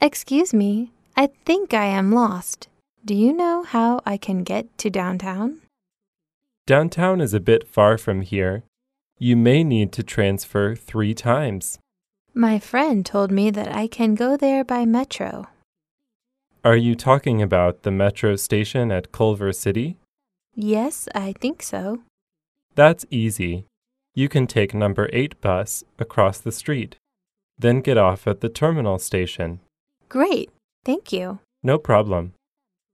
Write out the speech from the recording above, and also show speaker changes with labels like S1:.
S1: Excuse me, I think I am lost. Do you know how I can get to downtown?
S2: Downtown is a bit far from here. You may need to transfer three times.
S1: My friend told me that I can go there by metro.
S2: Are you talking about the metro station at Culver City?
S1: Yes, I think so.
S2: That's easy. You can take number 8 bus across the street, then get off at the terminal station.
S1: Great, thank you.
S2: No problem.